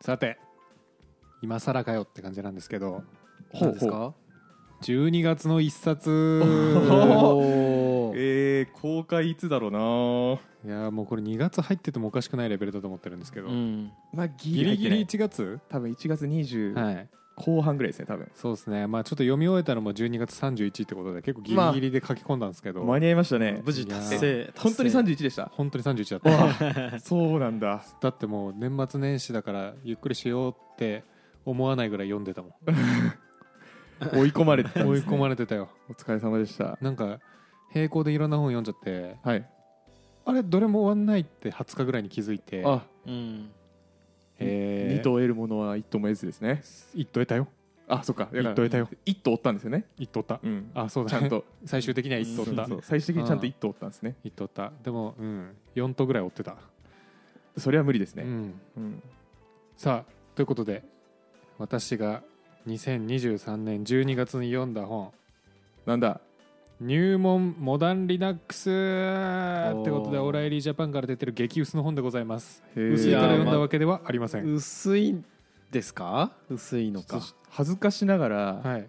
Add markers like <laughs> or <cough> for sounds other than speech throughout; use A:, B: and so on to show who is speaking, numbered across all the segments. A: さて今更かよって感じなんですけど
B: ほう
C: 何で
B: <laughs>
C: すか
A: 12月の一冊
C: おー
B: えー、公開いつだろうない
A: やーもうこれ2月入っててもおかしくないレベルだと思ってるんですけど、
C: うん
B: まあギ
A: ギリギリ
B: リ
A: 1月
B: 多分1月20
A: はい
B: 後半ぐらいですね多分
A: そうですねまあちょっと読み終えたのも12月31ってことで結構ギリギリで書き込んだんですけど、
B: 間に合いましたね
C: 無事達成
B: 本当に
C: 達成
B: 31でした
A: 本当に31だった
B: そうなんだ
A: だってもう年末年始だからゆっくりしようって思わないぐらい読んでたもん
B: 追い込まれて
A: <laughs>
B: たん
A: 追
B: で
A: い
B: す
A: 込まれてたよ
B: お疲れ様でした
A: なんか並行でいろんな本読んじゃって
B: はい
A: あれどれも終わんないって20日ぐらいに気づいて
B: あ
C: うん
A: え
B: 二頭得るものは一頭も得ずですね
A: 一頭得たよ
B: あそっかだ
A: 一
B: から
A: 頭得たよ
B: 一頭追ったんですよね
A: 一頭追った、
B: うん
A: あそう
B: ち
A: だ、
B: ゃ
A: ね、
B: んと
A: 最終的には一頭追った
B: そう最終的にちゃんと一頭追ったんですね
A: 一頭追ったでもうん4頭ぐらい追ってた、
B: それは無理です
A: う
B: ね
A: ん、
B: うん
A: さあということで私が2023年12月に読んだ本
B: なんだ
A: 入門モダンリナックスってことで
C: おー
A: オライリージャパンから出てる激薄の本でございます
B: へー
A: 薄いから読ん
C: いや
A: だ
C: ー
A: わけではありません、
C: 薄いですか薄いの
B: ちょ
C: か
B: っと恥ずかしながら
A: はい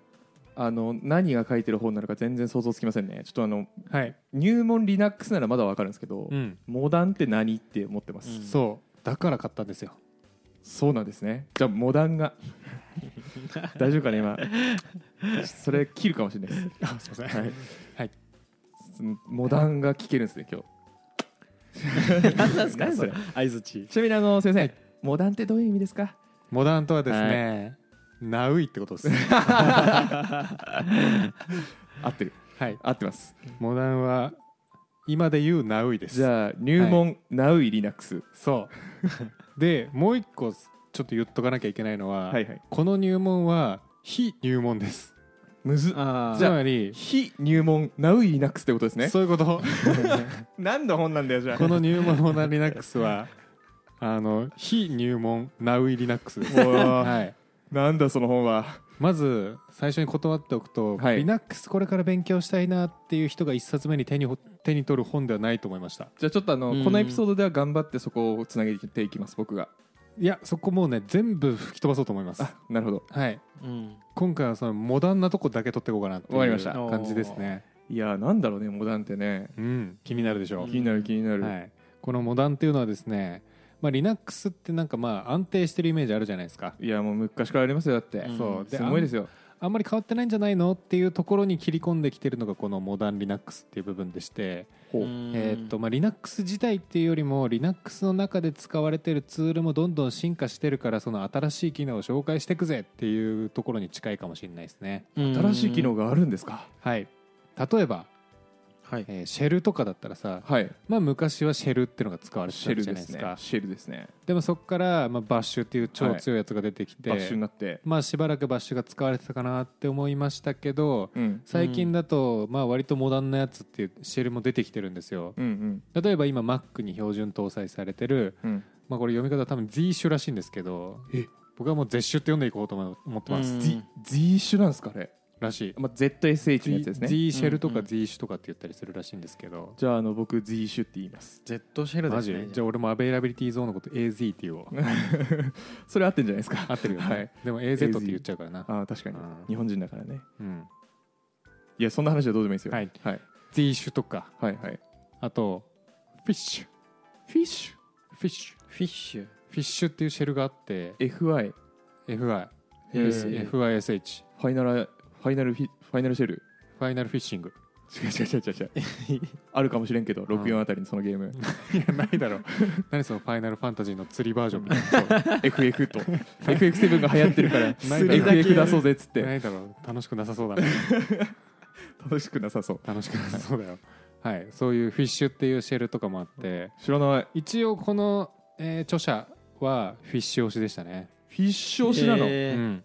B: あの何が書いてる本なのか全然想像つきませんねちょっとあの
A: はい、
B: 入門 Linux ならまだわかるんですけど
A: うん
B: モダンって何って思ってます
C: うん
A: そうだから買ったんですよ
B: そうなんですねじゃあモダンが大丈夫かね今それ切るかもしれないです
A: あすいません
B: はい
A: はい
B: モダンが聞けるんですね今日
C: 何なんですか
B: 何
C: そ
B: そ
C: れ
B: れ
C: 相づち
B: ちなみにあの先生、モダンってどういう意味ですか
A: モダンとはですね、ナウイってことです
B: 合ってる
A: はい
B: 合ってます
A: モダンは今で言うナウイです
B: じゃあ入門、ナウイリナックス
A: そう
B: <laughs>
A: でもう一個ちょっと言っとかなきゃいけないのは、
B: はいはい
A: この入門は非入門です
B: むず
C: あ
A: つ
C: じゃ
A: まり
B: 非入門ナウイリナックスってことですね
A: そういうこと
B: <laughs> 何の本なんだよじゃあ
A: この入門モダンリナックスはあの非入門ナウイリナックスです、
B: うわ
A: はい、
B: なんだその本は
A: まず最初に断っておくと、
B: はい
A: リナックスこれから勉強したいなっていう人が一冊目に手にほ手に取る本ではないと思いました
B: じゃあちょっとあの、
C: うん
B: このエピソードでは頑張ってそこをつなげていきます僕が
A: いやそこもうね全部吹き飛ばそうと思います
B: あなるほど
A: はい
C: あうん
A: 今回はそのモダンなとこだけ取っていこうかなってい
B: わかりまし
A: う
B: た
A: 感じですね
B: いやーなんだろうねモダンってね
A: うん気になるでしょ
C: う
B: 気になる気になる、
A: はい、このモダンっていうのはですね、まあ、Linux ってなんかまあ安定してるイメージあるじゃないですか
B: い、やもう昔からありますよだって、
C: うん
A: そう
B: すごいですよ
A: あんまり変わってないんじゃないのっていうところに切り込んできてるのがこのモダン Linux っていう部分でして、
B: ほう
A: えーっとまあ、Linux 自体っていうよりも Linux の中で使われてるツールもどんどん進化してるからその新しい機能を紹介していくぜっていうところに近いかもしれないですね
B: 新しい機能があるんですか
A: はい例えば、
C: はい
A: えーシェルとかだったらさ、
B: はい
A: まあ、昔はシェルっていうのが使われて
B: シ
A: た
B: ェ
A: ん
B: ル
A: じゃ
B: で
A: ない
B: す
A: です
B: ね
A: か
B: シェルですね
A: でもそこから、まあ、バッシュっていう超強いやつが出てきて、
B: バッシュになって
A: まあ、しばらくバッシュが使われてたかなって思いましたけど
B: うん
A: 最近だと、まあ、割とモダンなやつっていうシェルも出てきてるんですよ
B: うんうん
A: 例えば今 Mac に標準搭載されてる、
B: うん
A: まあ、これ読み方は多分 Z 種らしいんですけど
B: え
A: 僕はもう Z 種って読んでいこうと思思ってます、
C: うん
B: Z, Z 種なんですかあれ、
A: らしい、
B: まあ、ZSH の
A: Z,
B: やつですね、
A: Z シェルと
C: うん
A: か
C: うん
A: Z 種とかって言ったりするらしいんですけど、
B: じゃああの僕 Z 種って言います
C: Z シェルで
A: マ
C: す
A: ジ
C: ね
A: じゃあ俺もアベイラビリティゾーンのこと AZ って言
B: <laughs>
A: おう
B: <laughs> それ合ってんじゃないですか
A: 合ってるよね、
B: はい
A: でも AZ って言っちゃうからな、
B: あー確かに
A: うん
B: 日本人だからね
A: うん、
B: いやそんな話はどうでもいいですよ
A: はい
B: はい
A: Z 種とか
B: はいはい
A: あとフィッシュ
B: フィッシ
A: フィッシュ
C: フィッシュ
A: フィッシュっていうシェルがあって
B: ュ FI
A: FI、
B: へー
A: FISH フ
B: ファイナルファイナルフィファイナルシェル
A: ァイナルフィッシング
B: 違う違う違う違う違うあるかもしれんけど64あたりにそのゲーム
A: いやないだろ何そのファイナルファンタジーの釣りバージョンみたい
B: <laughs> FF と FF7 が流行ってる
C: <laughs>
B: から
A: ないだろ
B: FF 出そうぜっつっ
A: なな
B: て
A: いだろ楽しくなさそう
B: <laughs>
A: だね
B: 楽しくなさそう
A: 楽しくなさそうだよはいそういうフィッシュっていうシェルとかもあって
B: 知らない
A: 一応この、えー著者はフィッシュ推しでしたね、
B: フィッシュ推しなの、
C: えー
A: うん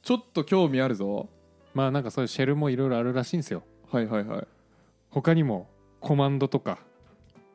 B: ちょっと興味あるぞ
A: まあなんかそういうシェルもいろいろあるらしいんですよ
B: はいはいは
A: 他にもコマンドとか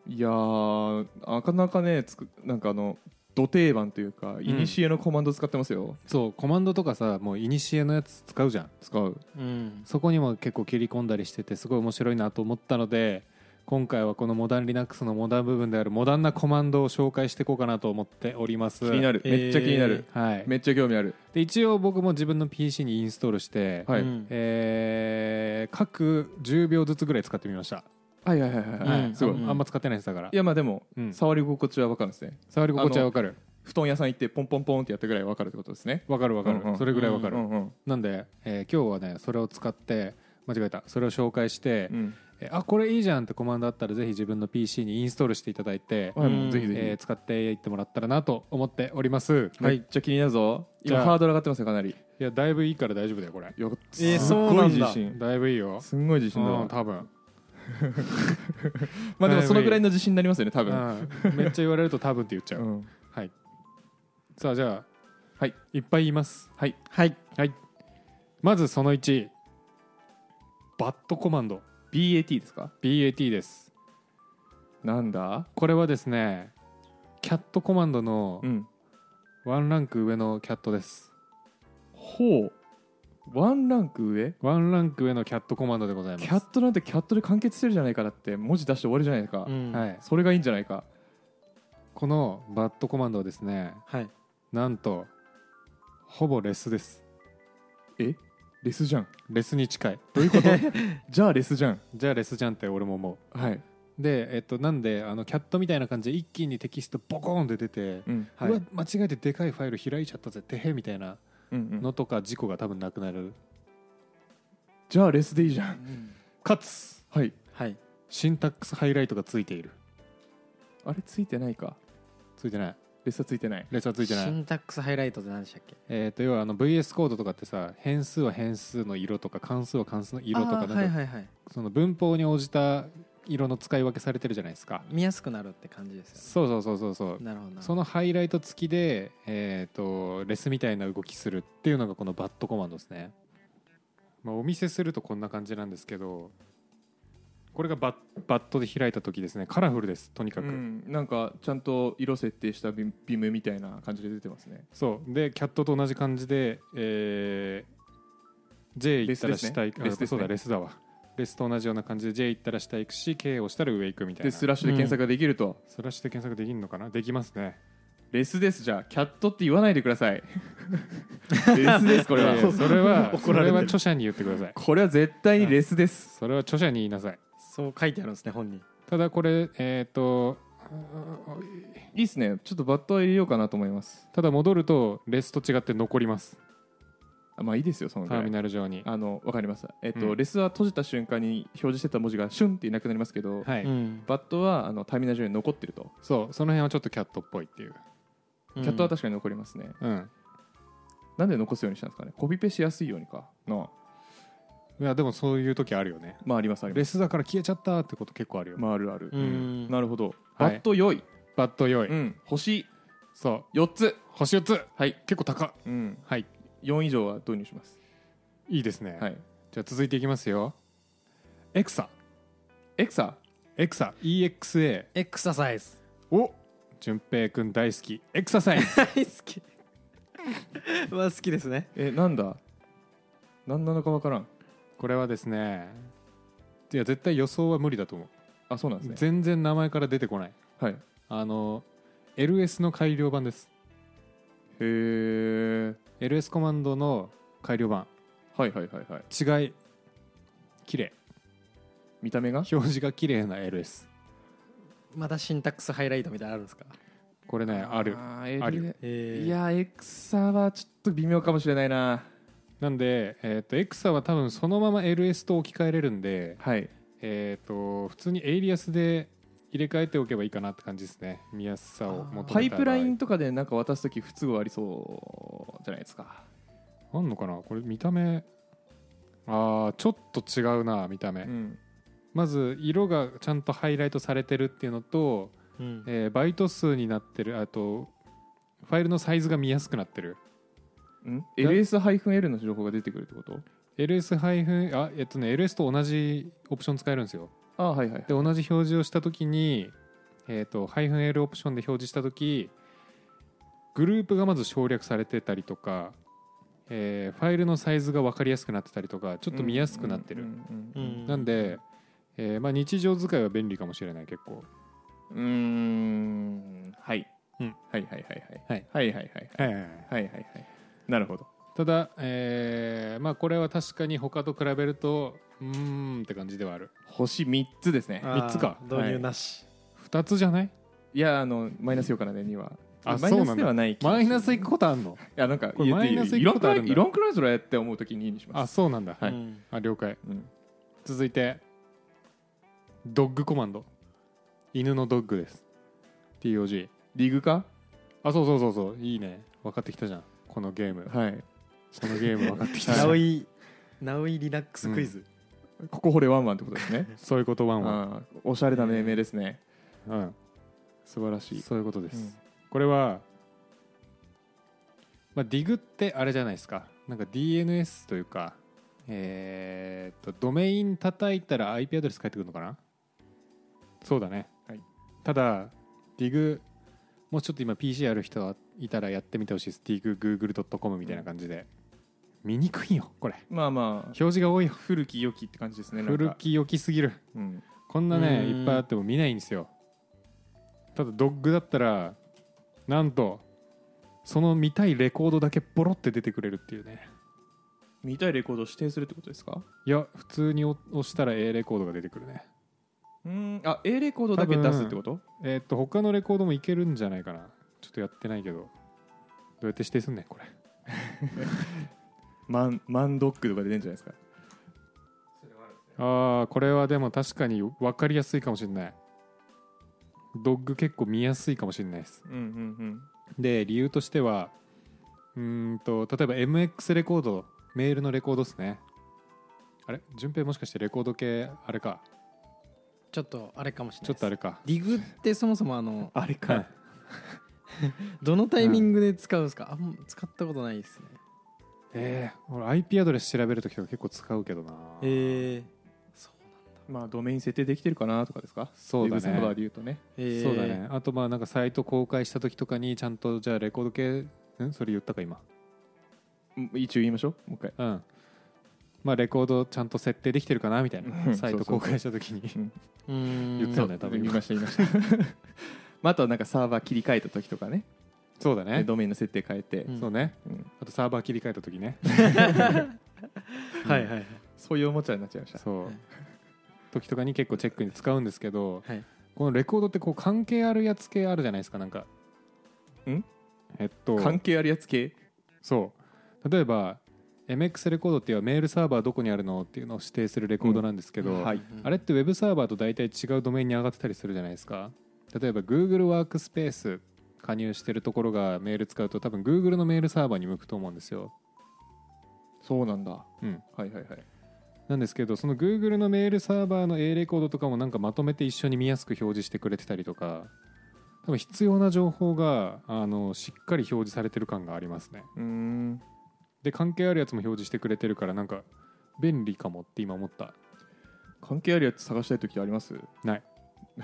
B: いいやーなかなかねつくなんかあの土定番というかいにしえのコマンド使ってますよ、
A: そうコマンドとかさもういにしえのやつ使うじゃん
B: 使う
C: うん
A: そこにも結構切り込んだりしててすごい面白いなと思ったので今回はこのモダン Linux のモダン部分であるモダンなコマンドを紹介していこうかなと思っております
B: 気になる
C: えー
B: めっちゃ気になる、
A: はい、
B: めっちゃ興味ある
A: で一応僕も自分の PC にインストールして、
B: はい
C: うん
A: えー各10秒ずつぐらい使ってみました、
B: はいはいはいはい、
C: うん
B: すごい、
A: あ
B: い
A: んあんま使ってないですだから
B: やまあでも、
A: うん
B: 触り心地は分かるんですね
A: 触り心地はわかる
B: 布団屋さん行ってポンポンポンってやったぐらい分かるってことですね
A: わかるわかる、
B: うんうん
A: それぐらいわか
B: う
A: る、
B: んうん
A: なんで、えー今日はねそれを使って間違えたそれを紹介して、
B: うん
A: えーあこれいいじゃんってコマンドあったらぜひ自分の PC にインストールしていただいて、
B: はい
C: うん
B: もうぜひぜひ、
A: えー使っていってもらったらなと思っております
B: めっちゃ気になるぞ
A: じゃ
B: 今
A: あ
B: ハードル上がってますよかなり
A: いやだいぶいいから大丈夫だよこれ
B: よ
C: えー
B: すっ
C: そう
B: ご
C: ないんだ
B: 自信
A: だいぶいいよ
B: すんごい自信だ
A: うん
B: わ
A: 多分
B: <laughs> まあでもそのぐらいの自信になりますよね多分
A: うんめっちゃ言われると多分って言っちゃう、
B: うん
A: はいさあじゃあ
B: はい
A: いっぱい言います
B: はい
C: はい
A: はいまずその1バットコマンド
B: BAT ですか
A: BAT です
B: なんだ
A: これはですねキャットコマンドの
B: うん
A: ワンランク上のキャットです
B: ほうワンランク上
A: ワンランク上のキャットコマンドでございます
B: キャットなんてキャットで完結してるじゃないかだって文字出して終わりじゃないか、
C: うん
A: はい、
B: それがいいんじゃないか
A: このバットコマンドはですね
C: はい
A: なんとほぼレスです
B: えレスじゃん
A: レスに近い
B: どういう <laughs> ことじゃあレスじゃん
A: じゃあレスじゃんって俺も思
B: はいう
A: で、えっと、なんであのキャットみたいな感じで一気にテキストボコーンって出て、
B: うん
C: はいう
A: わ間違えてでかいファイル開いちゃったぜてへみたいな
B: うんうん
A: のとか事故が多分なくなる
B: じゃあレスでいいじゃん
A: かつ
B: はい
C: はい
A: シンタックスハイライトがついている
B: あれついてないか
A: ついてない
B: レスはついてない
A: レスはついてな
C: シ
A: い
C: ンタックスハイライトって何でしたっけ
A: えっと要はあの VS コードとかってさ変数は変数の色とか関数は関数の色とかな
C: あ
A: ん
C: ー
A: か
C: はいはいはい
A: その文法に応じた色の使い分けされてるじゃないですか
C: 見やすくなるって感じです
A: そうそうそうそうそう
C: よねなるほどなる
A: そ
C: ほど
A: のハイライト付きで、えー、とレスみたいな動きするっていうのがこのバットコマンドですね、まあ、お見せするとこんな感じなんですけどこれがバッバットで開いた時ですねカラフルですとにか
B: う
A: く、
B: ん、なんかちゃんと色設定したビビムみたいな感じで出てますね
A: そうでキャットと同じ感じで、えー J 行ったら
B: レスですね
A: 下行く、
B: レスですね
A: あそうだレスだわレスと同じような感じで J 行ったら下行くし K を押したら上行くみたい
B: で
A: な
B: スラッシュで検索ができると、
A: ス
B: <laughs>
A: ラッシュで検索できるのかなできますね
B: レスですじゃあキャットって言わないでくださ <laughs> いレスですこれ
A: いやいや
B: は
A: それは
C: 怒
A: そ
C: られてる
A: れは著者に言ってくだ
B: <laughs>
A: さい
B: これは絶対にレスです
A: それは著者に言いなさい
C: そう書いてあるんですね本に
A: ただこれえっ、と
B: いいっすねちょっとバットは入れようかなと思います
A: ただ戻るとレスと違って残ります
B: あまあいいですよそのぐ
A: タ
B: ら
A: ーミ
B: い
A: ナル上に
B: あのわかりますえっ、と、
A: うん
B: レスは閉じた瞬間に表示してた文字がシュンっていなくなりますけど、
A: はい、
C: うん
B: バットはあのターミナル上に残ってると
A: そうその辺はちょっとキャットっぽいっていう
B: キャットは確かに残りますね、
A: うん
B: なんで残すようにしたんですかねコピペしやすいようにかない
A: やでもそういう時あるよね
B: まあありますありま
A: レ
B: す
A: スだから消えちゃったってこと結構あるよ、
B: まああるある、
C: うんうん
B: なるほど
A: はい
B: バット良い、
A: バット良い、
B: うん星
A: そう
B: 4つ
A: 星4つ
B: はい、
A: 結構高っ
B: うん、
A: はい
B: 4以上は導入します
A: いいですね、
B: はい
A: じゃあ続いていきますよエクサ
B: エクサ
A: エクサ EXA
C: エクササイズ
A: お淳平くん大好きエクササイズ
C: <laughs>
B: <laughs>
C: 大好き <laughs> まあ好きですね
B: えなんだ何なのかわからん
A: これはですねいや絶対予想は無理だと思う
B: あそうなんですね
A: 全然名前から出てこない
B: はいへ
A: あの LS の改良版です
B: え
A: LS コマンドの改良版
B: はいはいはいはい
A: 違い綺麗
B: 見た目が
A: 表示が綺麗な LS
C: まだシンタックスハイライトみたいなのあるんですか
A: これねある
B: ー
A: あるよ
B: LS
C: え
B: いやーエクサはちょっと微妙かもしれないな
A: なんで、えー、とエクサは多分そのまま LS と置き換えれるんで、
B: はい
A: えー、と普通にエイリアスで入れ替えておけばいいかなって感じですね見やすさを求めた場
B: パ
A: 合
B: イプラインとかでなんか渡す時不都合ありそうじゃないですか
A: あんのかなこれ見た目あーちょっと違うな見た目、
B: うん
A: まず色がちゃんとハイライトされてるっていうのと、
C: うん
A: えーバイト数になってるあとファイルのサイズが見やすくなってる
B: ん LS-L の情報が出てくるってこと
A: LS- あえっとね LS と同じオプション使えるんですよ
B: あーはいはい
A: で同じ表示をした時にえっ、とハイフン L オプションで表示した時グループがまず省略されてたりとか、えーファイルのサイズが分かりやすくなってたりとかちょっと見やすくなってる、
B: うんうんうん
C: うん
A: なんで、えーまあ、日常使いは便利かもしれない結構
B: うーんはい、
A: うん
B: はいはいはい
A: はい
B: はいはいはい
A: はいはいはい
B: はいはいはいなるほど
A: ただ、えーまあ、これは確かに他と比べるとうーんって感じではある
B: 星3つですね
C: あー
A: 三つか
C: 導入なし、
A: 2つじゃない
B: いやあのマイナス4からね2は
A: あ
B: マイ
A: そうな
B: ナス
A: ん
B: で
A: だ
B: はない気が
A: マイナス
B: い
A: 行くことあんの
B: やなんか
A: これ
B: 言っていい
A: マイナス
B: い
A: い
B: ろ
A: くこ
B: んく
A: とあ
B: ら
A: るん
B: い
A: だ
B: いろんくらいそれって思うときに2にしま
A: あ
B: す
A: そうなんだ、
B: はい
C: うん
A: あ了解
B: うん
A: 続いてドッグコマンド犬のドッグです TOG
B: リーグか
A: あそうそうそうそういいね分かってきたじゃんこのゲーム
B: はい
A: このゲーム分かってきたじゃ
B: <laughs>
C: ナ
A: ん
C: ウイナウイリラックスクイズ、
B: ここ掘れワンワンってことですね
A: <laughs> そういうことワンワン、
B: あーおしゃれな命名ですね
A: うん、
B: 素晴らしい
A: そういうことです、
B: うん
A: これは、まあ、ディグってあれじゃないですかなんか DNS というかえーっとドメイン叩いたら IP アドレス返ってくるのかなそうだね、
B: はい
A: ただディグもうちょっと今 PC ある人はいたらやってみてほしいですディグ Google.com みたいな感じで、見にくいよこれ
B: まあまあ
A: 表示が多いよ
B: 古き良きって感じですねなんか
A: 古き良きすぎる
B: うん
A: こんなね
C: うーん
A: いっぱいあっても見ないんですよただドッグだったらなんとその見たいレコードだけボロって出てくれるっていうね
B: 見たいレコードを指定するってことですか
A: いや普通にお押したら A レコードが出てくるね
B: うんあ A レコードだけ出すってこと
A: えーっと他のレコードもいけるんじゃないかなちょっとやってないけどどうやって指定すんねんこれ
B: マンマンドッグとか出てんじゃないですか
A: ああこれはでも確かに分かりやすいかもしれないドッグ結構見やすいかもしれないです
B: うんうん
A: で理由としてはうーんと例えば MX レコードメールのレコードですねあれ順平もしかしてレコード系あれか
C: ちょっとあれかもしれない
A: ちょっ
C: です
A: とあれか
C: ディグってそもそもあの
B: あれ
A: はい
C: どのタイミングで使うんですか、あんま使ったことないですね
A: えー、俺 IP アドレス調べるときとか結構使うけどな
C: ええそう
B: まあドメイン設定できてるかなとかですか
A: そうだ
B: リブサーバ
A: ね
B: ーで言うとね
C: えー
A: そうだねあとまあなんかサイト公開したときとかにちゃんとじゃあレコード系んそれ言ったか今
B: うん一応言いましょうもう一回
A: うんまあレコードちゃんと設定できてるかなみたい
B: うん
A: なサイト公開したとき
B: <laughs>
A: に
C: うーん
A: 言ったよね多分
B: 言い
A: 今
B: ました言いました
A: <laughs>
B: まああとはなんかサーバー切り替えた時とかね
A: そうだね
B: ドメインの設定変えて、
C: うん
A: そうね
B: うん
A: あとサーバー切り替えたときね
C: はいはいはい
B: そういうおもちゃになっちゃいました
A: そう
C: はい
A: 時とかに結構チェックに使うんですけど、
C: はい
A: このレコードってこう関係あるやつ系あるじゃないですかなんか
B: ん
A: えっと
B: 関係あるやつ系
A: そう例えば MX レコードっていうのはメールサーバーどこにあるのっていうのを指定するレコードなんですけど、
B: うんはい
A: あれってウェブサーバーと大体違うドメインに上がってたりするじゃないですか例えば Google ワークスペース加入してるところがメール使うと多分 Google のメールサーバーに向くと思うんですよ、
B: そうなんだは
A: うん、
B: いはいはい
A: なんですけどその Google のメールサーバーの A レコードとかもなんかまとめて一緒に見やすく表示してくれてたりとか多分必要な情報があのしっかり表示されてる感がありますね
B: うーん
A: で関係あるやつも表示してくれてるからなんか便利かもって今思った
B: 関係あるやつ探したい時ってあります
A: ない
B: <laughs>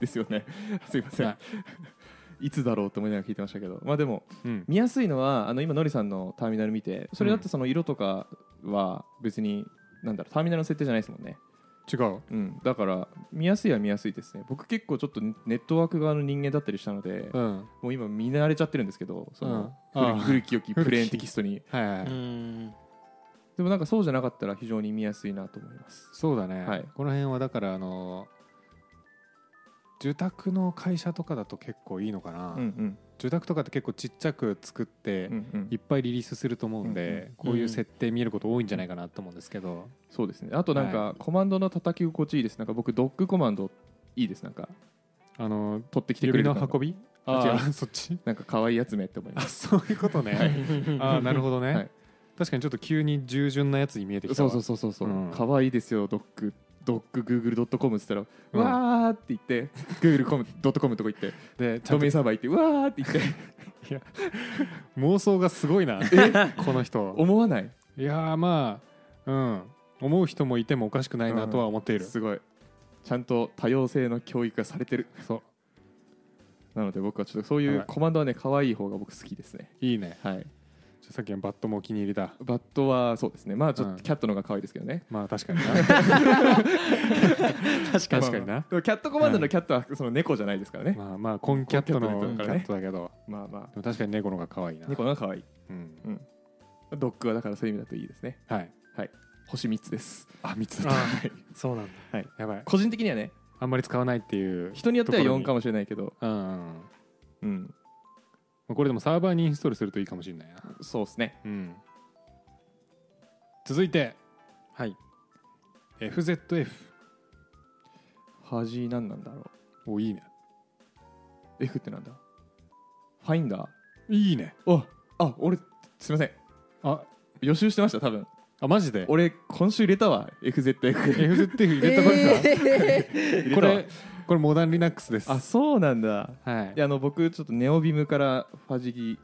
B: ですよねすいません
A: はい
B: つだろうと思いながら聞いてましたけどまあでも
A: うん
B: 見やすいのはあの今のりさんのターミナル見てそれだってその色とかは別に、なんだろうターミナルの設定じゃないですもんね
A: 違う
B: うんだから見やすいは見やすいですね僕結構ちょっとネネットワーク側の人間だったりしたので
A: うん
B: もう今見慣れちゃってるんですけどその、
A: うん
B: 古
A: ああ
B: き古き良きプレーンテキストに
A: はいはい、
C: うーん
B: でもなんかそうじゃなかったら非常に見やすいなと思います
A: そうだね、
B: はい
A: この辺はだからあの住宅の会社とかだと結構いいのかな、
B: うん
A: 住宅とかって結構ちっちゃく作って、
B: うんうん
A: いっぱいリリースすると思うんで、こういう設定見えること多いんじゃないかなと思うんですけど、
B: そうですねあとなんかコマンドの叩き心地いいですなんか僕ドッグコマンドいいですなんか
A: あの
B: 取ってきてく
A: 指
B: れる
A: の
B: 感が
A: 運び
B: あ違い
A: あ
B: ま
A: あそっち
B: なんか可愛いやつめって思い
A: <laughs>
B: ま
A: あ
B: す
A: そういうことね、ああなるほどね、
B: はい
A: 確かにちょっと急に従順なやつに見えてきた
B: そ
A: わ
B: うそうそうそうそう、
A: うん
B: 可愛いですよドッグドッググーグルドットコムっつったら、
A: うん
B: わーって言ってグーグルコムドットコムとこ行って
A: でちゃんと
B: ドメインサーバー行ってわーって言って
A: <laughs> 妄想がすごいなこの人
B: 思わない
A: いやーまあうん思う人もいてもおかしくないなとは思っている、
B: すごいちゃんと多様性の教育がされてる
A: そう
B: なので僕はちょっとそうい
A: は
B: う
A: い
B: コマンドはね可愛い方が僕好きですね
A: いいね
B: はい
A: じゃあさっきのバットもお気に入りだ
B: バットはそうですねまあちょっ
A: うん
B: とキャットの方が可愛いですけどね、
A: まあ <laughs> 確かにな
C: 確か
A: 確
C: に
A: かにな
B: でもキャットコマンドのキャットはその猫じゃないですからね、
A: まあまあコンキャットの
B: コンキ
A: キ
B: ャットだから
A: ャ
B: ね
A: ットだけど
B: まあま
A: でも確かに猫の方が可愛いな
B: あ猫の方が可愛い
A: うん
B: ドッグはだからそういう意味だといいですね
A: はい
B: 星3つです
A: あ三つだっ
C: あそうなんだ
A: たやばい
B: 個人的にはね
A: あんまり使わないっていう
B: 人によっては
A: ところ
B: 4
A: に
B: かもしれないけど、
A: うんうんうん
B: うん、
A: まあこれでもサーバーにインストールするといいかもしれないな
B: そうですね
A: うん続いて
C: はい
A: FZF
B: 端何なんだろ
A: おいいね
B: う F ってなんだファインダー
A: いいね
B: ああ俺すいません
A: あ
B: 予習してました多分
A: あマジで
B: 俺今週入れたわ FZF
A: FZF 入れたばっか、
B: 入 <laughs> れ
A: こ
B: たわ
A: れこれモダンリナックスです
B: あそうなんだ
A: はい
B: いやあの僕ちょっとネオビムからファジギ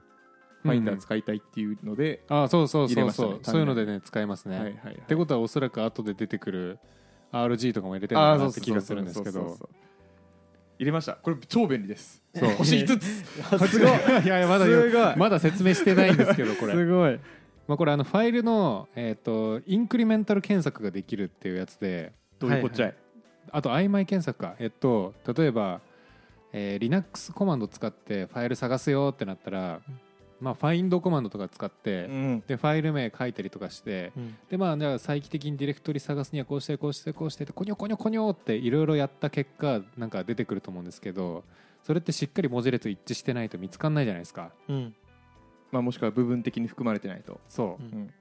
B: ファインダー使いたいっていうので、
A: あそうそう
B: 入れ
A: そう
B: ました
A: そ
B: ね
A: う、
B: 単
A: そういうので
B: に
A: ね使えますね、
B: はいはい
A: っ
B: はい
A: てことはおそらく後で出てくる RG とかも入れてるの
B: あ
A: か
B: あそ
A: な
B: う
A: って
B: そう
A: 気
B: そう
A: が
B: そ
A: す
B: う
A: るんですけ
B: そうそう
A: ど
B: そう入れましたこれ超便利です <laughs>
A: そう
B: 星5つ
C: すごい
A: <laughs> いやいやまだ
C: すごい
A: まだ説明してないんですけどこれ
C: すごい
A: まあ、これあのファイルの、えー、とインクリメンタル検索ができるっていうやつで
B: どういうこっちゃい、
A: あと曖昧検索かえっと例えば、えー Linux コマンド使ってファイル探すよってなったら、まあ、ファインドコマンドとか使って、
B: うん
A: でファイル名書いたりとかして
C: うん
A: でまあじゃあ再帰的にディレクトリ探すにはこうしてこうしてこうしてってコニョコニョコニョっていろいろやった結果なんか出てくると思うんですけどそれってしっかり文字列一致してないと見つかんないじゃないですか
C: うん
B: まあ、もしくは部分的に含まれてないと
A: そう
C: うん
B: うん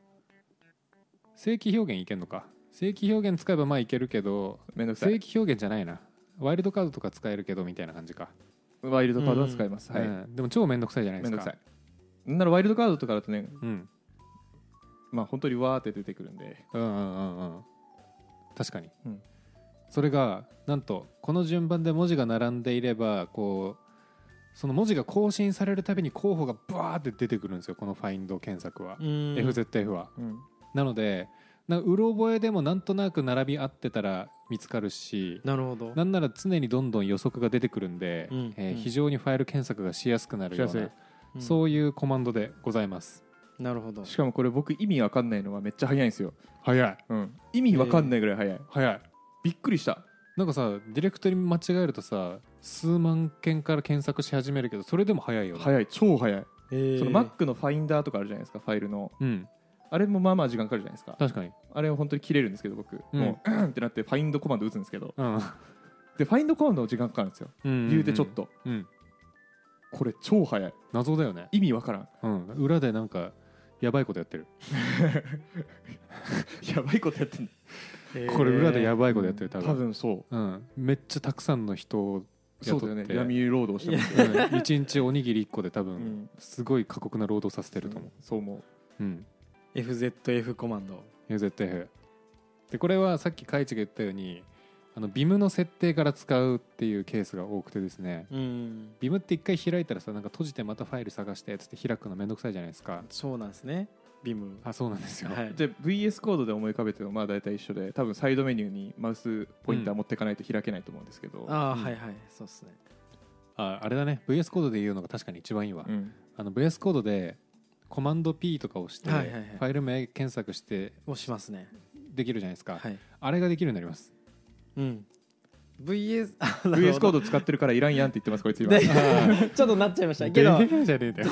A: 正規表現いけんのか正規表現使えばまあいけるけど
B: めんどくさ
A: 正
B: い
A: 規表現じゃないなワイルドカードとか使えるけどみたいな感じか、
B: ワイルドカードは使います、
A: う
B: は
A: んでも超めんどくさいじゃない
B: い
A: で
B: めん
A: す
B: ど
A: か
B: くさいなんならワイルドカードとかだとね
A: うん、
B: まあ本当にわーって出てくるんで
A: うんうんうんうん確かに、
B: うん
A: それがなんとこの順番で文字が並んでいればこうその文字が更新されるたびに候補がバーって出てくるんですよこのファインド検索は、FZF は
B: うん
A: なのでなうろ覚えでもなんとなく並び合ってたら見つかるし
C: なるほど
A: なんなら常にどんどん予測が出てくるんで、
C: うん
A: えー
C: うん
A: 非常にファイル検索がしやすくなるよう
B: し
A: な
B: やす
C: うん
A: そういうコマンドでございます
C: なるほど
B: しかもこれ僕意味わかんないのはめっちゃ早いんですよ、
A: 早い
B: うん、意味わかんないぐらい早い、
A: 早い
B: びっくりした
A: なんかさディレクトリ間違えるとさ数万件から検索し始めるけどそれでも早いよね
B: 早い超早い、
C: えー
B: その Mac のファインダーとかあるじゃないですかファイルの
A: うん
B: あれもまあまあ時間かかるじゃないですか
A: 確かに
B: あれは本当に切れるんですけど僕、
A: うん
B: もうってなってファインドコマンド打つんですけど
A: うん
B: でファインドコマンドの時間かかるんですよ
A: うん
B: 言うてちょっと、
A: うん
B: これ超早い
A: 謎だよね
B: 意味
A: <laughs>
B: わからん
A: うん裏でなんかやばいことやってる、
B: やばいことやってんの
C: えー
A: これ裏でやばいことやってる多
B: 多
A: 分,、
B: 分そう
A: うん、めっちゃたくさんの人を
B: そうだよ
A: 雇っ
B: ね
A: て
B: 闇労働してますよね
A: うん一日おにぎり1個で多分、
B: うん
A: すごい過酷な労働させてると思う、
B: そう思う
A: うん、
C: FZF コマンド
A: UZF でこれはさっきカイチが言ったようにあのビムの設定から使うっていうケースが多くてですね
C: うん
A: ビムって一回開いたらさなんか閉じてまたファイル探してっつって開くのめんどくさいじゃないですか
C: そうなんですねビム
A: あそうなんですよ、
C: はい
B: で VS コードで思い浮かべてもまあ大体一緒で多分サイドメニューにマウスポインター持ってかないと開けないと思うんですけど、
C: ああ
A: うん
C: はいはいそうっすね
A: ああれだね VS コードで言うのが確かに一番いいわ、
B: うん
A: あの VS コードでコマンド P とか押して、
C: はいはいはい
A: ファイル名検索して
C: 押しますね
A: できるじゃないですか、
C: はい
A: あれができるようになります
C: うん VS あなる
B: VS
C: ほ
B: コー
C: ど
B: ド使ってるからいらんやんって言ってますこいつ今
C: で <laughs> ちょっとなっちゃいましたけど
A: できるじゃねえんだよ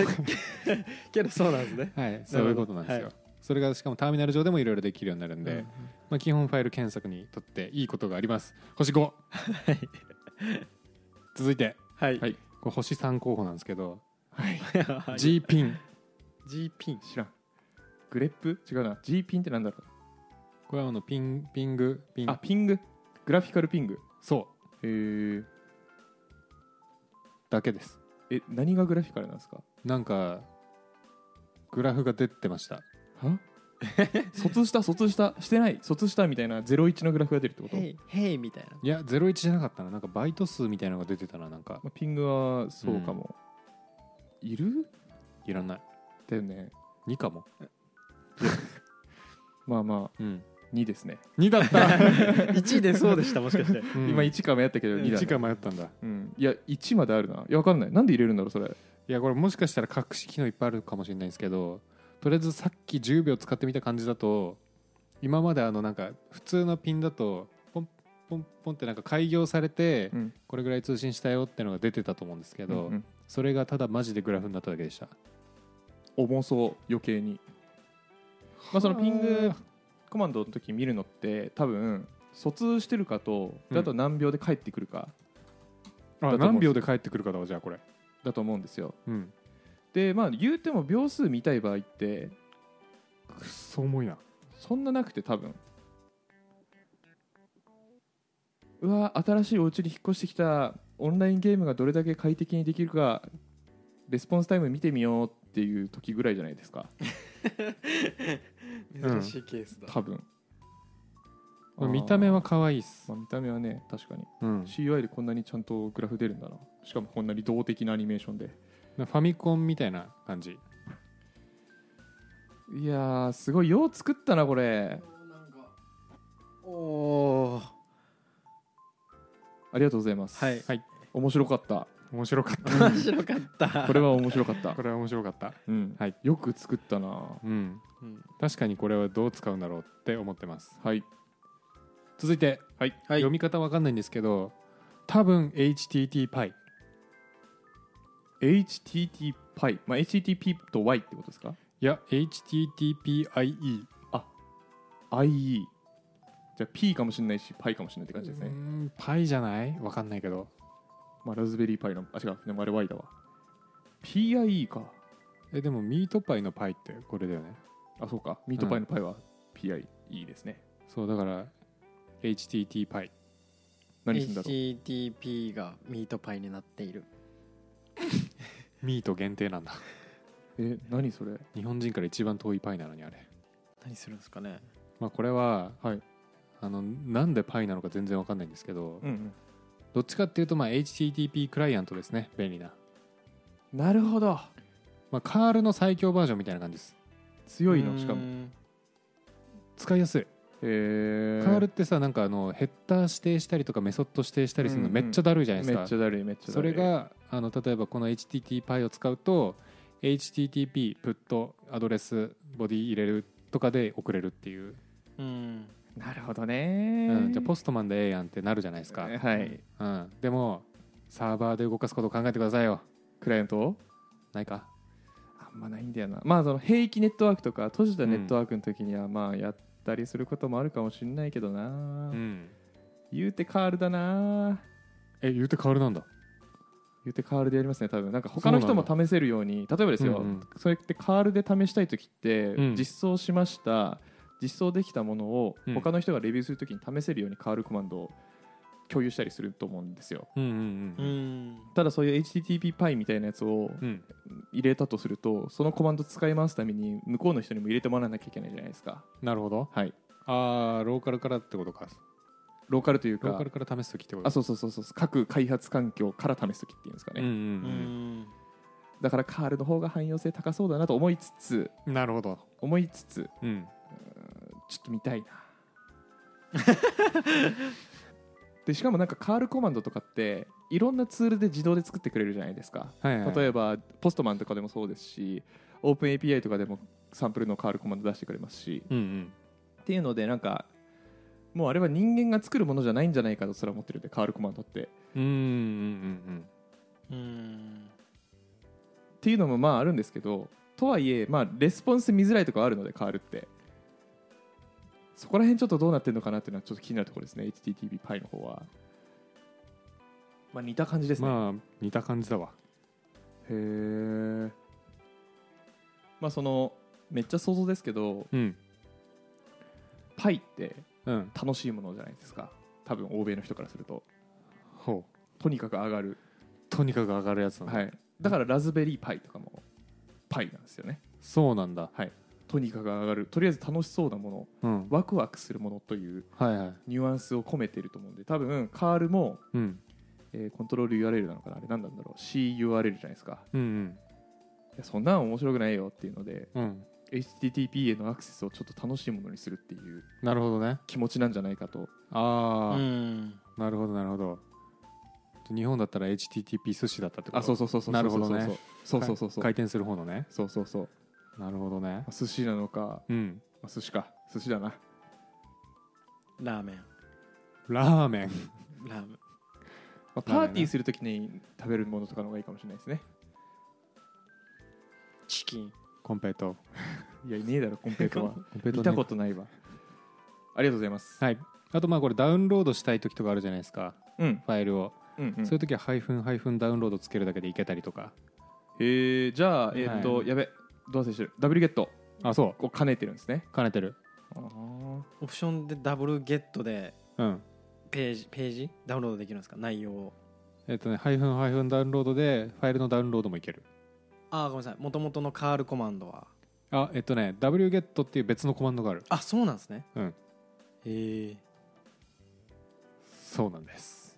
C: けどそうなんですね
A: はいそういうことなんですよ、
C: はい
A: それがしかもターミナル上でもいろいろできるようになるんで、
C: うん
A: まあ、基本ファイル検索にとっていいことがあります星5続いて
C: はい
B: はい
A: これ星3候補なんですけど
B: はい
A: G ピン
C: G ピン
B: 知らんグレップ違うな G ピンってなんだろ
A: これはあのピンピングピ
B: う
A: ン
B: あピンググラフィカルピング
A: そ
B: へー
A: うだけです
B: え何がグラフィカルなんですか
A: なんかグラフが出てました
B: は <laughs> 卒した卒したしてない卒したみたいな01のグラフが出るってこと、
C: ヘイヘイみたい
A: いや01じゃなかったななんかバイト数みたいなのが出てたななんか
B: まあ、ピングはそうかも、いる
A: いらない
B: だよね
A: 2かも
B: まあま
A: うん
B: あ2ですね、
A: 2だ <laughs> った、
C: な1位でそうでしたもしかして
B: 今1か迷ったけど2だ、ね、
A: 1か迷ったんだ
B: うん、いや1まであるないやわかんないなんで入れるんだろうそれ
A: いやこれもしかしたら隠し機能いっぱいあるかもしれないですけどとりあえずさっき10秒使ってみた感じだと今まであのなんか普通のピンだとポンポンポンってなんか開業されて
B: うん
A: これぐらい通信したよってのが出てたと思うんですけど、
B: うんうん
A: それがただマジでグラフになっただけでした
B: 重そう余計に、まあ、そのピングコマンドの時見るのって多分疎通してるかと
A: うん
B: あと何秒で帰ってくるかだと思うんです
A: 何秒で帰ってくるかだわじゃあこれ
B: だと思うんですよ
A: うん
B: でまあ言うても秒数見たい場合って
A: くっそ重いな
B: そんななくて多分うわ新しいお家に引っ越してきたオンラインゲームがどれだけ快適にできるかレスポンスタイム見てみようっていう時ぐらいじゃないですか
A: うん
C: 珍しいケースだ、
B: 多分
A: まあ見た目は
B: あー
A: 可愛いっす、
B: まあ、見た目はね確かに
A: うん
B: CUI でこんなにちゃんとグラフ出るんだなしかもこんなに動的なアニメーションで
A: ファミコンみたいな感じ
B: いやーすごいよう作ったなこれ
C: なんかおー
B: ありがとうございます
C: はい
A: はい
B: 面白かった
A: 面白かった
C: 面白かった
B: こ <laughs> れは面白かっ
A: <laughs>
B: た
A: これは面白かった
B: うん
A: はい
B: よく作ったな
A: うん
C: うん
A: 確かにこれはどう使うんだろうって思ってます
B: はい
A: 続いて、
C: はい
A: 読み方わかんないんですけど多分 HTTP
B: HTTP、まあ、HTTP と Y ってことですか
A: いや HTTPIE
B: ?IE じゃあ P かもしれないし Pi かもしれないって感じですね、
A: ねパイじゃないわかんないけど
B: まあ、ラズベリーパイのあ違うでもあれ Y だわ PIE か
A: えでもミートパイのパイってこれだよね
B: あそうかミートパイのパイは PIE ですね、
A: そうだから HTT パイ
B: 何するんだろう
C: HTTP がミートパイになっている
A: ミート限定なんだ <laughs>
B: え何それ
A: 日本人から一番遠いパイなのにあれ
C: 何するんですかね
A: まあこれは、
B: はい
A: あのなんでパイなのか全然わかんないんですけど、
B: うん、
A: どっちかっていうとまあ HTTP クライアントですね便利な、
B: うん、なるほど
A: まあ、カールの最強バージョンみたいな感じです
B: 強いのしかもへ
C: も
A: 使いやすい
B: え
A: カールってさなんかあのヘッダー指定したりとかメソッド指定したりするの
B: うんう
A: め
B: ん
A: っちゃだるいじゃないです
B: め
A: か、
B: っちゃだるいめっちゃだ
A: そ
B: る
A: れ
B: い
A: があの例えばこの HTTP を使うと HTTP プットアドレスボディ入れるとかで送れるっていう、
C: うん
B: なるほどね、
A: うん、じゃあポ
B: ス
A: ストマンでええやんってなるじゃないですか、
B: はい
A: うん、でもサーバーで動かすことを考えてくださいよ
B: クライアントを
A: ないか
B: あんまないんだよなまあその平気ネットワークとか閉じたネットワークの時にはまあやったりすることもあるかもしれないけどな、
A: うん
B: 言うてカールだな
A: え言うて変わるなんだ
B: 言うてカールでやりますね多分なんか他の
A: そ
B: 人
A: うな
B: も
A: ん
B: 試せるように例えばですよ、
A: うんうん
B: そうやってカールで試したい時って、
A: うん
B: 実装しました実装できたものを
A: うん
B: 他の人がレビューする時に試せるようにカールコマンドを共有したりすると思うんですよ
A: うんうん
C: う
A: うん
C: ん
B: ただそういう HTTP パイみたいなやつを
A: うん
B: 入れたとするとそのコマンド使い回すために向こうの人にも入れてもらわなきゃいけないじゃないですか
A: なるほど
B: はい
A: ああローカルからってことか
B: ローカルという
A: ロー
B: か
A: カルから試すときってこと
B: あそうそうそうそう各開発環境から試す時っていうんですかね、
A: うん
C: う
A: うん
C: ん
B: だからカールの方が汎用性高そうだなと思いつつ
A: うんなるほど
B: 思いつつ
A: うん
B: ちょっと見たいな <laughs> でしかもなんかカールコマンドとかっていろんなツールで自動で作ってくれるじゃないですか
A: はいはい
B: 例えばポストマンとかでもそうですしオープン API とかでもサンプルのカールコマンド出してくれますし
A: うんうん
B: っていうのでなんかもうあれは人間が作るものじゃないんじゃないかとすら思ってるんでカールコマンドって
A: うんうんうん
C: うん
B: っていうのもまああるんですけどとはいえまあレスポンス見づらいとかはあるので変わるってそこら辺ちょっとどうなってるのかなっていうのはちょっと気になるところですね HTTP パイの方はまあ似た感じで
A: うん
B: すね、
A: まあ似た感じだわ
B: へえまあそのめっちゃ想像ですけど
A: うん
B: パイって
A: うん
B: 楽しいものじゃないですか多分欧米の人からすると
A: ほう
B: とにかく上がる、
A: とにかく上がるやつなんだ、
B: はい、だからラズベリーパイとかもパイなんですよね
A: そうなんだ
B: とにかく上がるとりあえず楽しそうなも
A: う
B: の
A: ん
B: ワクワクするものという
A: はいはい
B: ニュアンスを込めていると思うんで多分カールも、
A: うん
B: えーコントロール URL なのかなあれ何なんだろう CURL じゃないですか
A: うん
B: いやそんなん面白くないよっていうので
A: うんうん
B: HTTP へのアクセスをちょっと楽しいものにするっていう
A: なるほどね
B: 気持ちなんじゃないかと
A: ああ、
C: うん
A: なるほどなるほど日本だったら HTTP 寿司だったってこと
B: あそう
A: う
B: そうそうそう
A: なるほどね
B: そうそうそうそうそう
A: 回転する方のね
B: そうそうそう
A: なるほどね
B: あ寿司なのか、
A: うん
B: あ寿司か寿司だな
C: ラーメン
A: ラーメン
C: ラーメン
B: まあ、パーティーするときに食べるものとかの方がいいかもしれないですね。
C: チキン
A: コンペイト
B: いや、いねえだ <laughs> ろ、コンペイトは。
A: コンペイトね
B: 見たことないわ。ありがとうございます。
A: はいあとまあこれダウンロードしたい時とかあるじゃないですか
B: うん、
A: ファイルを、
B: うん、うん
A: そういう時はハイフンハイフンダウンロードつけるだけでいけたりとか
B: えー、じゃあ、えっ、と、
A: はい
B: やべ、どうせしてる。ダブルゲット
A: あそ
B: を兼ねてるんですね。
A: う兼ねてる
B: あー
C: オプションでダブルゲットで
A: うん
C: ページページダウンロードできるんですか内容を
A: えっとねハイフンハイフンダウンロードでファイルのダウンロードもいける
C: ああごめんなさいもともとのカールコマンドは
A: あえっとね wget っていう別のコマンドがある
C: あそうなんですね
A: うん
C: へえ
A: そうなんです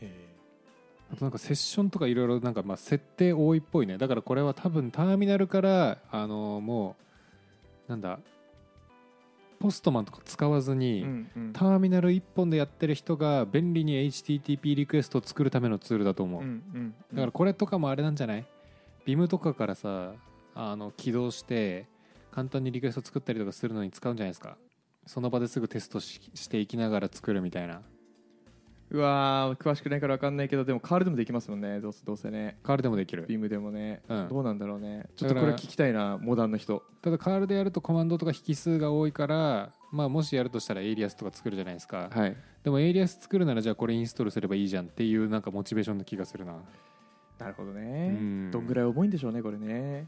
C: へ
A: あとなんかセッションとかいろいろなんかまあ設定多いっぽいねだからこれは多分ターミナルからあのもうなんだポストマンとか使わずに、
B: うんうん
A: ターミナル1本でやってる人が便利に HTTP リクエストを作るためのツールだと思う、
B: うんうんうん
A: だからこれとかもあれなんじゃない ?BIM とかからさあの起動して簡単にリクエスト作ったりとかするのに使うんじゃないですかその場ですぐテストししていきながら作るみたいな
B: うわー詳しくないから分かんないけどでもカールでもできますもんねどうせどうせね
A: カールでもできる
B: ビームでもね、
A: うん
B: どうなんだろうねちょ
A: だ
B: っ
A: か
B: と
A: ら
B: これ聞きたいなモダンの人
A: ただカールでやるとコマンドとか引数が多いから、まあ、もしやるとしたらエイリアスとか作るじゃないですか、
B: はい
A: でもエイリアス作るならじゃあこれインストールすればいいじゃんっていうなんかモチベーションの気がするな
B: なるほど
A: う
B: ね
A: ん
B: どんぐらい重いんでしょうねこれね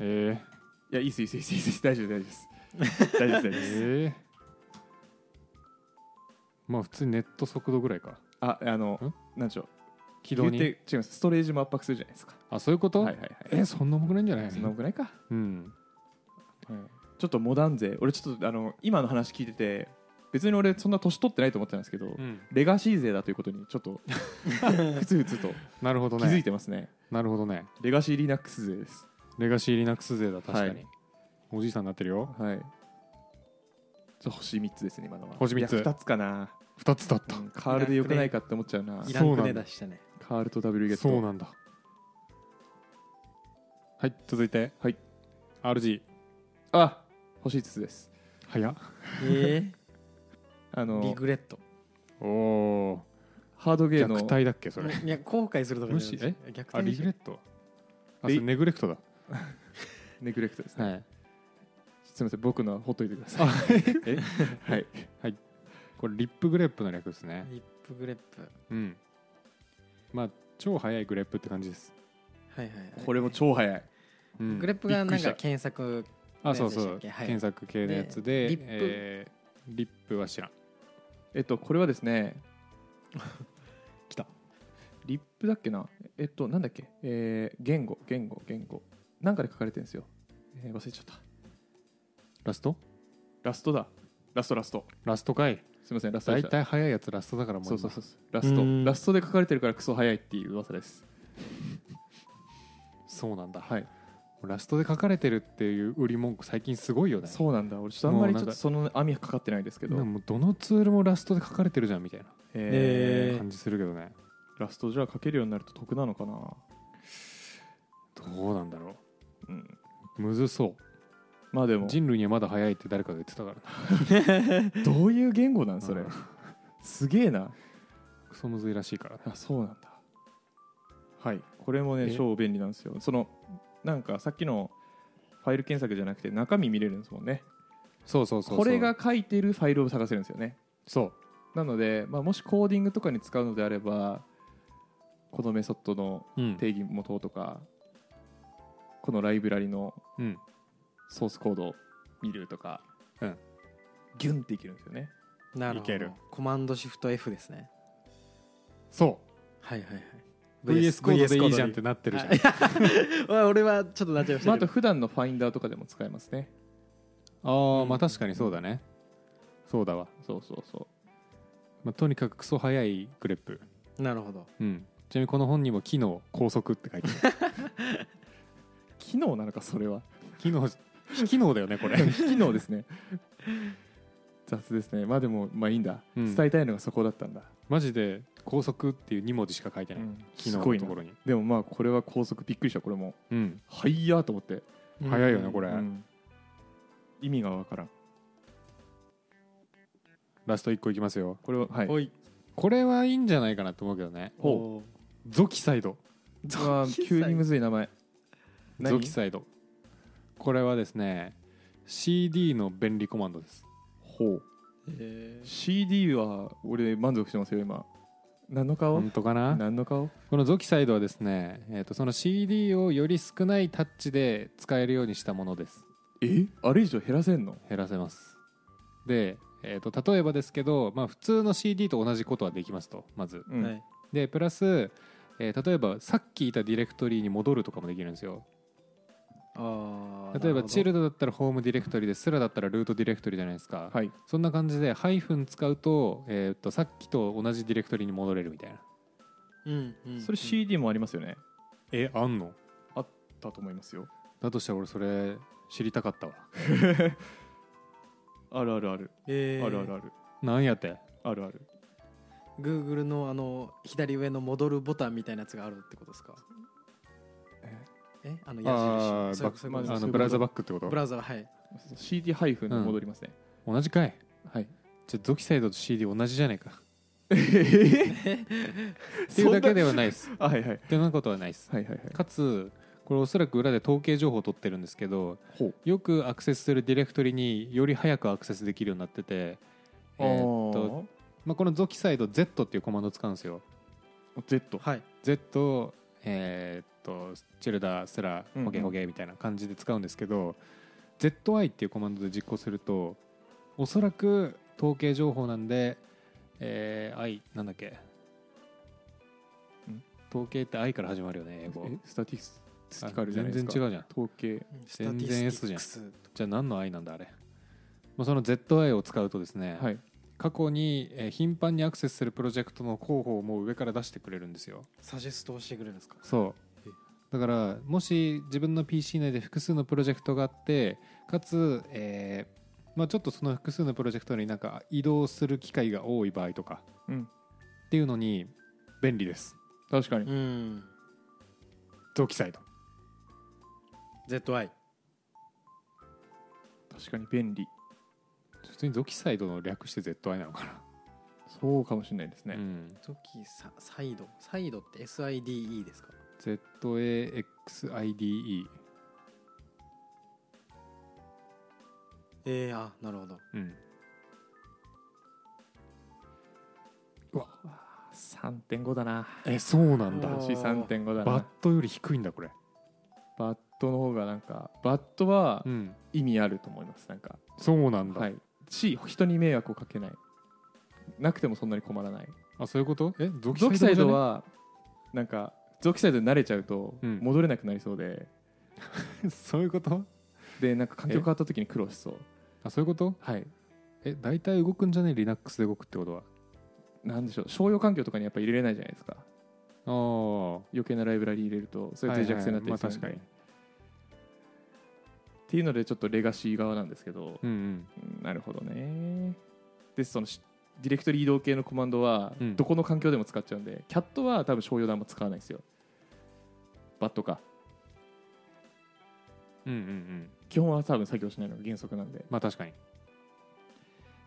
A: え
B: いやいいっすいいっすいいっすいいっす大丈夫大丈夫です
A: <laughs>
B: 大丈夫です大丈
A: ー、
B: 夫です
A: えーまあ普通にネット速度ぐらいか
B: ああのなんでしょう
A: 軌道
B: 言
A: に
B: うて違いますストレージも圧迫するじゃないですか
A: あそういうこと、
B: はいはいはい
A: えそんな重くないんじゃない
B: そんなぐらいか、
A: うん
B: ちょっとモダン勢俺ちょっとあの今の話聞いてて別に俺そんな年取ってないと思ってたんですけど、
A: うん
B: レガシー勢だということにちょっとふつふつと
A: なるほど
B: 気づい
A: ね
B: てますね
A: なるほどね
B: レガシーリナックス勢です
A: レガシーリナックス勢だ確かに、
B: はい
A: おじいさんになってるよ
B: はい。じゃあ星3つですね、今のは。
A: 星三つ
B: いや2つかな。
A: 2つだった
B: うんカールでよくないかって思っちゃうな
C: え。い
A: や
C: らん
A: そ
C: く
A: うな
C: ね
A: んだ
C: 出したね
B: カールと W ゲット。
A: そうなんだはい続いて
B: はい
A: RG
B: あ星5つです。
A: 早っ <laughs>
C: え
B: あ
C: えリ
B: の、
C: グレット
A: おお
B: ハードゲーの
A: 虐待だっけそれ
C: いや後悔するとかじゃない
A: 無
C: 逆
A: あ
C: 転
A: リ
C: し
A: グレットあそ
B: で
A: れネグレクトだ
B: ネグレクトですね。
A: はい
B: すみません、僕のはほっといてください。 <laughs> えはい。
A: これリップグレープの略ですね
C: リップグレップ
A: うんまあ超早いグレープって感じです
C: はいはいはい
B: これも超早い。
A: うん
C: グレップが
B: び
C: な
B: っ
C: ん
B: くり
C: か
B: した
C: 検索
A: あそう
C: の
A: そ
C: や
A: う
C: つでしたっけはい
A: 検索系のやつで
C: でリップ
A: えーリップは知らん
B: えっと、これはですね、
C: 来た
B: リップだっけなえっと、なんだっけえー言語、言語、言語。なんかで書かれてるんですよ。えー忘れちゃった。
A: ラスト
B: ラストだ。ラスト、ラスト。
A: ラストかい
B: すみません、ラストで
A: 大
B: した。
A: 体早いやつラストだからもう
B: そうそうそううそうラス
C: う
B: ト
C: ん
B: ラストで書かれてるからクソ早いっていう噂です
A: そうなんだ
B: はい
A: ラストで書かれてるっていう売り文句最近すごいよね
B: そうなんだ俺ちょっとあんまりち
A: も
B: ょ
A: う
B: っ
A: なんか
B: とその網はかかってないですけ
A: なんか
B: ど
A: もうどのツールもラストで書かれてるじゃんみたいな
B: え
C: えー
A: 感じするけどね
B: ーラストじゃあ書けるようになると得なのかな
A: どうなんだろ
B: うん
A: うむずそ
B: まあでも
A: う人類にはまだ早いって誰かが言ってたからな
B: どういう言語なんそれ
A: うん
B: すげえな
A: クソむずいらしいからね
B: あそうなんだはいこれもね
A: え
B: 超便利なんですよそのなんかさっきのファイル検索じゃなくて中身見れるんですもんね
A: そうそうそうそう
B: これが書いてるファイルを探せるんですよね
A: そう
B: なので、まあ、もしコーディングとかに使うのであればこのメソッドの
A: うん
B: 定義元とか、このライブラリの
A: うん
B: ソースコードを見るとか、
A: うん
B: ギュンっていけるんですよね
C: な
A: い
C: るほ
A: ける
C: どコマンドシフト F ですね
A: そ
C: はいはいはいう
A: VS コードでいいじゃんっ
C: <laughs> VS コ
A: てなってるじゃん
C: ードで俺はちょっとなっちゃいまし
B: まあ、
C: た
B: あと
C: けど
B: 普段のファインダーとかでも使えますね
A: <laughs> ああまあ確かにそうだねそうだわ
B: そうそうそ
A: まあとにかくクソ早いグレップ
C: なるほど
A: うんちなみにこの本にも機能高速って書いてある
B: う機能なのかそれは
A: 機能非機能だよねこれ
B: 機能ですね雑ですねまあでもまあいいんだ、
A: うん
B: 伝えたいのがそこだったんだ、
A: マジで高速っていう2文字しか書いて
B: う
A: ない、
B: ん
A: 機
B: す
A: 能
B: ごい
A: の
B: な
A: ところに
B: でもまあこれは高速びっくりしたこれも
A: うん
B: はいやーと思って
A: 早いよねこれ、
B: うん意味がわからん
A: ラスト1個いきますよ
B: これははい
C: おい
A: これはいいんじゃないかなと思うけどね
C: ほ
A: ゾキサイド
C: う
B: うわ急にむずい名前何
A: ゾキサイドこれはですね CD の便利コマンドですほう
C: えー
B: CD は俺満足してますよ今何の顔
A: 本当かな
B: 何の顔
A: このゾキサイドはですね、えー、とその CD をより少ないタッチで使えるようにしたものです
B: えあれ以上減らせんの
A: 減らせますで、えー、と例えばですけど、まあ、普通の CD と同じことはできますとまず
B: うん
C: はい
A: でプラス、えー例えばさっきいたディレクトリに戻るとかもできるんですよ
C: あー
A: 例えばチル
C: なる
A: ドだったらホームディレクトリですらだったらルートディレクトリじゃないですか、
B: はい
A: そんな感じでハイフン使うと,、えー、とさっきと同じディレクトリに戻れるみたいな
C: ほどうんうん
B: それ CD もありますよね
A: えあんの
B: だと思いますよ
A: だとしたら俺それ知りたかったわ
B: あるあるあるあ
C: えー
B: るあるある
A: なんやって
B: あるある
C: Google のあの左上の戻るボタンみたいなやつがあるってことですかえあの
A: あ
C: 矢
A: ー
C: 印
A: バ
C: そういう
B: ま
C: こと
B: あ
C: そういう
A: あ
C: こ
A: のブラ
B: そういうこと
A: ウザバックってこと
C: とブラウザがはい
B: CD ハイフンに戻りますね
A: 同じかい
B: はい
A: じゃあゾキサイドと CD 同じじゃないかってい
B: そうう
A: だけ
B: だ
A: で
B: けで
A: はないです
B: はいはい
A: ってなことはないです
B: はいはいはい
A: かつこれおそらく裏で統計情報を取ってるんですけど
B: ほう
A: よくアクセスするディレクトリにより早くアクセスできるようになってて、えーっとまあ、このゾキサイド Z っていうコマンドを使うんですよ
B: あー Z
C: はい
A: Z えーっとチルダースラ
B: うんうん
A: ホゲホゲみたいな感じで使うんですけど、ZI っていうコマンドで実行するとおそらく統計情報なんで、えー I なんだっけ
B: ん
A: 統計って I から始まるよね英語
B: えスタティスティカ
A: あ
B: ルじゃない
A: 全
B: で
A: 然
B: す
A: 違
B: か
A: うじゃん
B: 統計
A: 全然 S じゃん
C: Statistics
A: じゃあ何の I なんだあれ、まあ、その ZI を使うとですね、
B: はい
A: 過去にえー頻繁にアクセスするプロジェクトの候補をもう上から出してくれるんですよ
C: サジェストをしてくれるんですか
A: そう
C: え
A: だからもし自分の PC 内で複数のプロジェクトがあってかつ、えーまあ、ちょっとその複数のプロジェクトになんか移動する機会が多い場合とか
B: うん
A: っていうのに便利です
B: 確かに
C: うん
A: 同期サイト
B: 確
C: ZI
B: かに便利
A: 普通に同期サイドの略して ZI なのかな、
B: そうかもしれないですね
A: うん、
C: ゾキササイドサイドって SIDE ですか
A: ZAXIDE
C: えー、あなるほど
A: うん
B: 3.5だな
A: えそうなんだ
C: あー
B: 私3.5だ
A: バッ
B: な
A: トより低いんだこれ
B: バットの方がなんかバットは
A: うん
B: 意味あると思いますなんか
A: そうなんだ、
B: はいし人に迷惑をかけないなくてもそんなに困らない
A: あそういうことえ同
B: ゾキサイ
A: じゃ
B: ド
A: ね
B: はなんかゾキサイドに慣れちゃうと
A: うん
B: 戻れなくなりそうで
A: <laughs> そういうこと
B: でなんか環境変わった時に苦労しそう
A: あそういうこと
B: はい
A: え大体動くんじゃね Linux で動くってことは
B: なんでしょう商用環境とかにやっぱ入れれないじゃないですか
A: あ
B: 余計なライブラリ入れるとそれ脆弱性になって
A: はいはいまあ
B: きちゃう
A: 確
B: んで
A: かに
B: っていうのでちょっとレガシー側なんですけど、
A: うんうん
B: うんなるほどねでそのしディレクトリ移動系のコマンドは
A: うん
B: どこの環境でも使っちゃうんで、キャットは多分商用段も使わないですよバットか
A: うんうんうん
B: 基本は多分作業しないのが原則なんで
A: まあ確かに
B: っ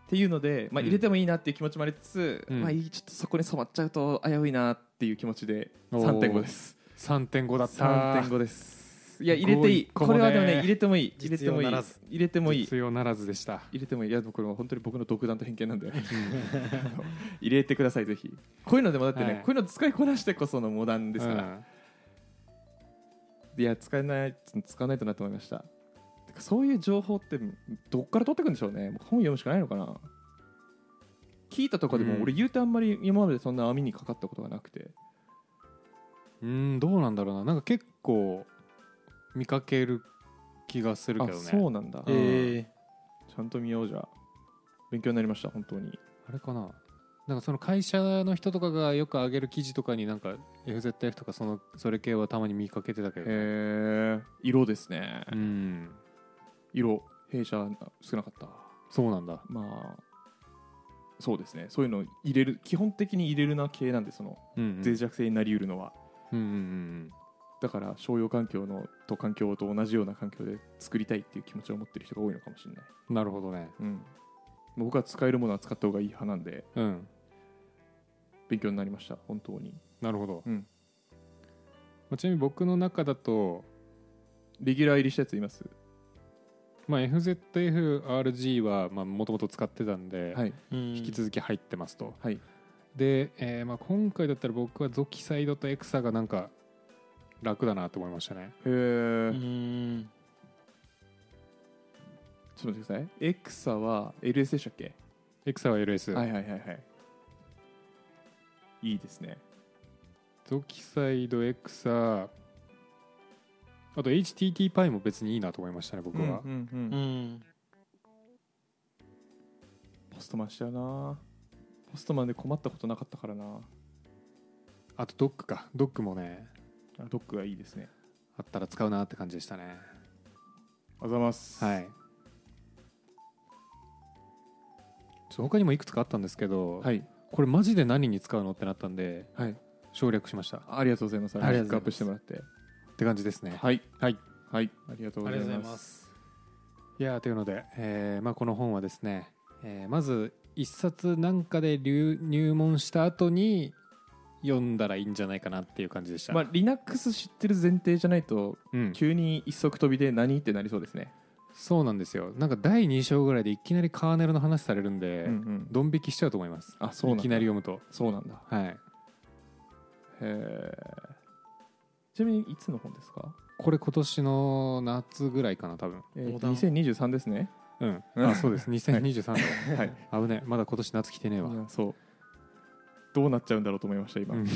B: ていうので、まあ、
A: うん
B: 入れてもいいなっていう気持ちもありつつ、
A: うん
B: まあ、いいちょっとそこに染まっちゃうと危ういなっていう気持ちで
A: おー
B: 3.5です
A: 3.5だった
B: 3.5ですいや入れていい
A: こう一個
B: こ
A: もね
B: れはでもね入れてもいい入れ
C: 実
B: ても
C: 用
B: いい
C: なら
B: 入
C: ず
B: れてもいい
A: 必要ならずでした
B: 入れてもいいいやでもこれは本当に僕の独断と偏見なんで <laughs> 入れてくださいぜひこういうのでもだってね、
A: はい
B: こういうの使いこなしてこそのモダンですから、いや使えない使わないとなと思いましたてかそういう情報ってどっから取ってくんでしょうねもう本読むしかないのかな聞いたとかでも、
A: うん
B: 俺言うてあんまり今までそんな網にかかったことがなくて
A: うんうんどうなんだろうななんか結構見かける気がする
B: あ
A: けどね
B: そうなんだ、
A: うん
C: え
B: ちゃんと見ようじゃ勉強になりました本当に
A: あれかななんかその会社の人とかがよく上げる記事とかになんか FZF とかそのそれ系はたまに見かけてたけど、
B: へえ色ですね、
A: うん
B: 色弊社少なかった
A: そうなんだ
B: まあそうですねそういうの入れる基本的に入れるな系なんでその
A: うんうん
B: 脆弱性になりうるのは、
A: うんうんうん
B: だから商用環境のと環境と同じような環境で作りたいっていう気持ちを持ってる人が多いのかもしれない、
A: なるほどね
B: うん、僕は使えるものは使った方がいい派なんで
A: うん
B: 勉強になりました本当に
A: なるほど、
B: うん
A: まあちなみに僕の中だと、
B: レギュラー入りしたやついます
A: まあ、FZFRG はもともと使ってたんで、
B: はい
A: 引
C: 引
A: き続き入ってますと、
B: はい
A: で、えーまあ、今回だったら僕はゾキサイドとエクサがなんか楽だなと思いましたね
B: へえ
C: うーん
B: ちょっと待ってくださいエクサは LS でしたっけ
A: エクサは LS、
B: はいはいはいはいいいですね
A: ゾキサイドエクサあと HTT パイも別にいいなと思いましたね僕は、
B: うんうんうん
C: うん
B: ポストマンしたよなポストマンで困ったことなかったからな
A: あとドックかドックもね
B: あドックがいいですね
A: あったら使うなって感じでしたね
B: あざます
A: はいちょっと他にもいくつかあったんですけど、
B: はい
A: これマジで何に使うのってなったんで
B: はい
A: 省略しましたっ
B: ありがとうございます
C: ありが
B: ピ
C: とうございます
B: ックアップしてもらって
A: て感じですね
B: はい
A: はい
B: はいありがとう
C: あ
B: ご
C: り
B: ざ
C: が
B: い
C: とうござい
B: ま
C: ますす
A: いやーというので、えーまあ、この本はですね、えーまず一冊なんかで流入門した後に読んだらいいんじゃないかなっていう感じでした、
B: まあ Linux 知ってる前提じゃないと
A: うん、
B: 急に一足飛びで何ってなりそうですね
A: そうなんですよなんか第2章ぐらいでいきなりカーネルの話されるんで、
B: うんうん
A: ドン引きしちゃうと思います
B: あそうなん
A: い
B: だ
A: きなり読むと
B: そうなんだ
A: はい
B: へえちなみにいつの本ですか
A: これ今年の夏ぐらいかな多分
B: えー
C: モダン
B: 2023です
C: <laughs>
B: ね
A: うん
B: うん
A: あ
B: <laughs>
A: そうです2023年、
B: はい
A: 危ねえまだ今年夏来てねえわ、
B: いやそうどうなっちゃうんだろうと思いました今、
A: うん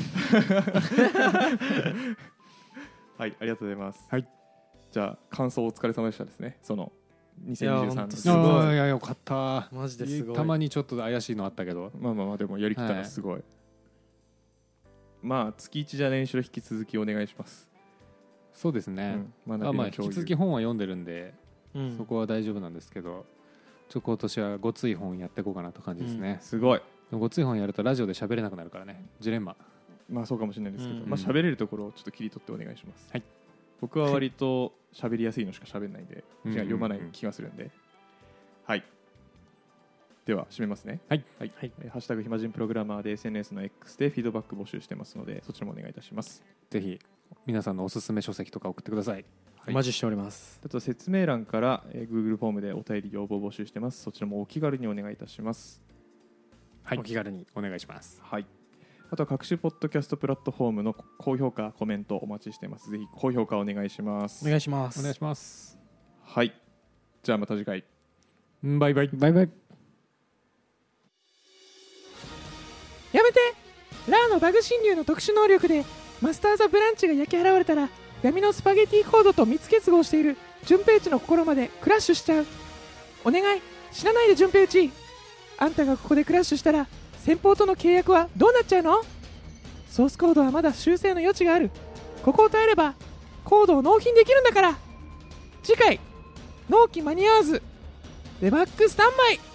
B: はいありがとうございます、
A: はい、
B: じゃあ感想お疲れ様でしたですねその
C: や
B: 2023
C: ほん
B: 年
C: とす
A: あ
C: ごい
A: ーいやよかった
C: マジですごい
A: たまにちょっと怪しいのあったけど
B: まあまあまあでもやりきった
A: は
B: ら
A: い
B: すごい、まあ月1じゃ練習引き続きお願いします、
A: そうです
B: う
A: ね、
B: ん、学び
A: あまあ
B: の
A: 引き
B: 共有
A: 続き本は読んでるんで、
C: うん
A: そこは大丈夫なんですけどちょっと今年はごつい本やっていこうかなって感じですね、
B: すごい
A: でもごつい本やるとラジオで喋れなくなるからねジレンマ
B: まあそうかもしれないですけど、
C: うん
B: まあ喋れるところをちょっと切り取ってお願いします、
A: はい
B: 僕は割と喋りやすいのしか喋んないんで
A: うん
B: 字が読まない気がするんで、はいでは締めますね
A: はい
B: はい
C: はい
B: えーハッシュタグ暇人プログラマーで SNS の X でフィードバック募集してますのでそちらもお願いいたします
A: ぜひ皆さんのおすすめ書籍とか送ってください
C: お待ちしております
B: あと説明欄から、えー Google フォームでお便り要望募集してますそちらもお気軽にお願いいたします
A: はい
C: お気軽に
A: お願いします
B: はいあとは各種ポッドキャストプラットフォームの高評価コメントお待ちしてますぜひ高評価お願いします
C: お願いします
A: お願いします
B: はいじゃあまた次回
A: バイバイ
C: バイバイ
D: やめてラーのバグ侵入の特殊能力でマスター・ザ・ブランチが焼き払われたら闇のスパゲティコードと密結合している順平地の心までクラッシュしちゃうお願い死なないで順平地あんたがここでクラッシュしたら先方との契約はどうなっちゃうのソースコードはまだ修正の余地があるここを耐えればコードを納品できるんだから次回納期間に合わずデバッグスタンバイ